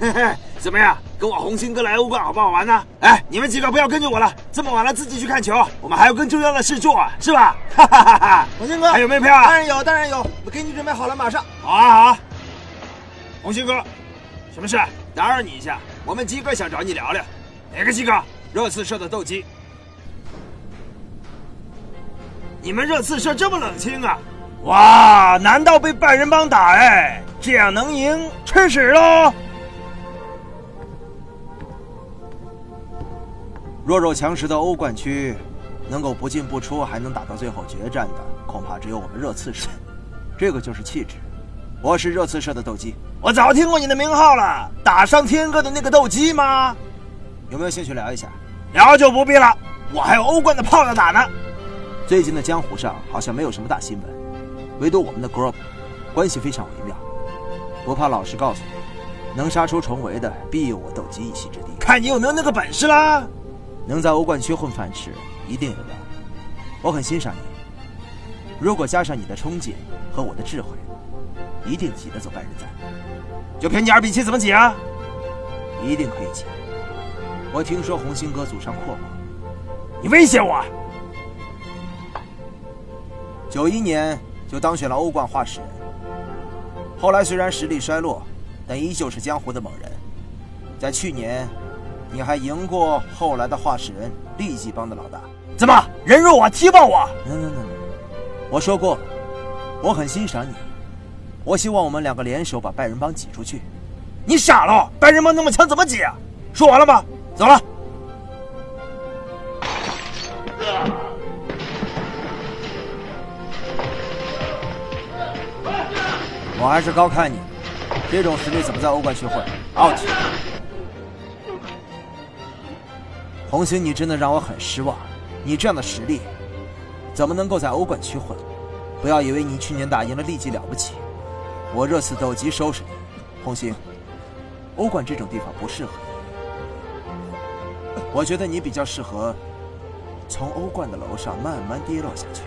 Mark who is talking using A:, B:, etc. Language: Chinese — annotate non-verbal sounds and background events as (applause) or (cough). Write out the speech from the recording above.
A: 嘿嘿， (laughs) 怎么样？跟我红星哥来欧冠好不好玩呢？哎，你们几个不要跟着我了，这么晚了自己去看球，我们还要跟中央的事做，是吧？ (laughs) 哈哈哈哈！
B: 红星哥
C: 哎
A: 还有没有票啊？
B: 当然有，当然有，我给你准备好了，马上。
A: 好啊好啊，红星哥，什么事？打扰你一下，我们鸡哥想找你聊聊。哪个鸡哥？热刺社的斗鸡。你们热刺社这么冷清啊？
D: 哇，难道被半人帮打哎？这样能赢？吃屎喽！
C: 弱肉强食的欧冠区，能够不进不出还能打到最后决战的，恐怕只有我们热刺社。这个就是气质。我是热刺社的斗鸡，
D: 我早听过你的名号了，打伤天哥的那个斗鸡吗？
C: 有没有兴趣聊一下？
D: 聊就不必了，我还有欧冠的炮要打呢。
C: 最近的江湖上好像没有什么大新闻，唯独我们的 group 关系非常微妙。不怕老实告诉你，能杀出重围的必有我斗鸡一席之地。
D: 看你有没有那个本事啦！
C: 能在欧冠区混饭吃，一定有料。我很欣赏你，如果加上你的冲劲和我的智慧，一定挤得走半人赛，
D: 就凭你二比七怎么挤啊？
C: 一定可以挤。我听说红星哥祖上阔绰。
D: 你威胁
C: 啊
D: 我？
C: 九一年就当选了欧冠画使人。后来虽然实力衰落，但依旧是江湖的猛人。在去年，你还赢过后来的画使人利济帮的老大。
D: 怎么人肉我，踢爆我？啊
C: no no no no，我说过了，我很欣赏你。我希望我们两个联手把拜仁帮挤出去。
D: 你傻了？半人帮那么强，怎么挤啊？说完了吗？走了。
C: 我还是高看你，这种实力怎么在欧冠区混？out。红星，你真的让我很失望。你这样的实力，怎么能够在欧冠区混？不要以为你去年打赢了利记了不起，我热刺斗鸡收拾你。红星，欧冠这种地方不适合你。我觉得你比较适合从欧冠的楼上慢慢跌落下去。